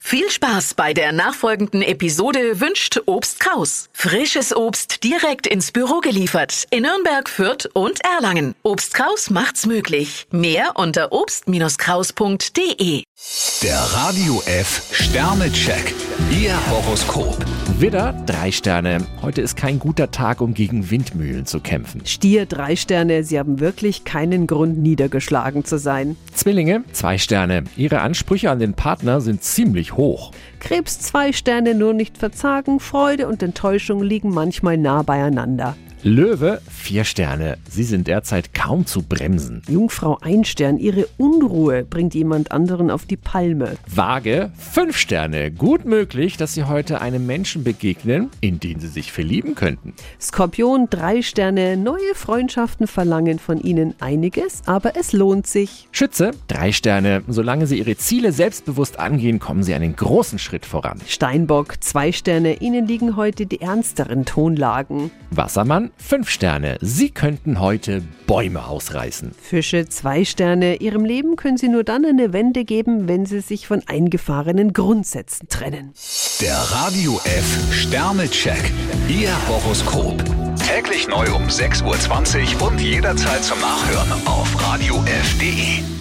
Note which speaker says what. Speaker 1: Viel Spaß bei der nachfolgenden Episode wünscht Obst Kraus. Frisches Obst direkt ins Büro geliefert in Nürnberg, Fürth und Erlangen. Obst Kraus macht's möglich. Mehr unter obst-kraus.de.
Speaker 2: Der Radio F Sternecheck. Ihr Horoskop.
Speaker 3: Widder, drei Sterne. Heute ist kein guter Tag, um gegen Windmühlen zu kämpfen.
Speaker 4: Stier, drei Sterne, Sie haben wirklich keinen Grund, niedergeschlagen zu sein.
Speaker 3: Zwillinge, zwei Sterne. Ihre Ansprüche an den Partner sind ziemlich hoch.
Speaker 4: Krebs, zwei Sterne, nur nicht verzagen. Freude und Enttäuschung liegen manchmal nah beieinander.
Speaker 3: Löwe, vier Sterne. Sie sind derzeit kaum zu bremsen.
Speaker 4: Jungfrau, ein Stern, Ihre Unruhe bringt jemand anderen auf die Palme.
Speaker 3: Waage, fünf Sterne. Gut möglich, dass Sie heute einem Menschen begegnen, in den Sie sich verlieben könnten.
Speaker 4: Skorpion, drei Sterne, neue Freundschaften verlangen von Ihnen einiges, aber es lohnt sich.
Speaker 3: Schütze, drei Sterne. Solange Sie Ihre Ziele selbstbewusst angehen, kommen Sie einen großen Schritt voran.
Speaker 4: Steinbock, zwei Sterne, Ihnen liegen heute die ernsteren Tonlagen.
Speaker 3: Wassermann, fünf Sterne. Sie könnten heute Bäume ausreißen.
Speaker 4: Fische, zwei Sterne, Ihrem Leben können Sie nur dann eine Wende geben, wenn Sie sich von eingefahrenen Grundsätzen trennen.
Speaker 2: Der Radio F Sternecheck. Ihr Horoskop. Täglich neu um 6.20 Uhr und jederzeit zum Nachhören auf Radio radiof.de.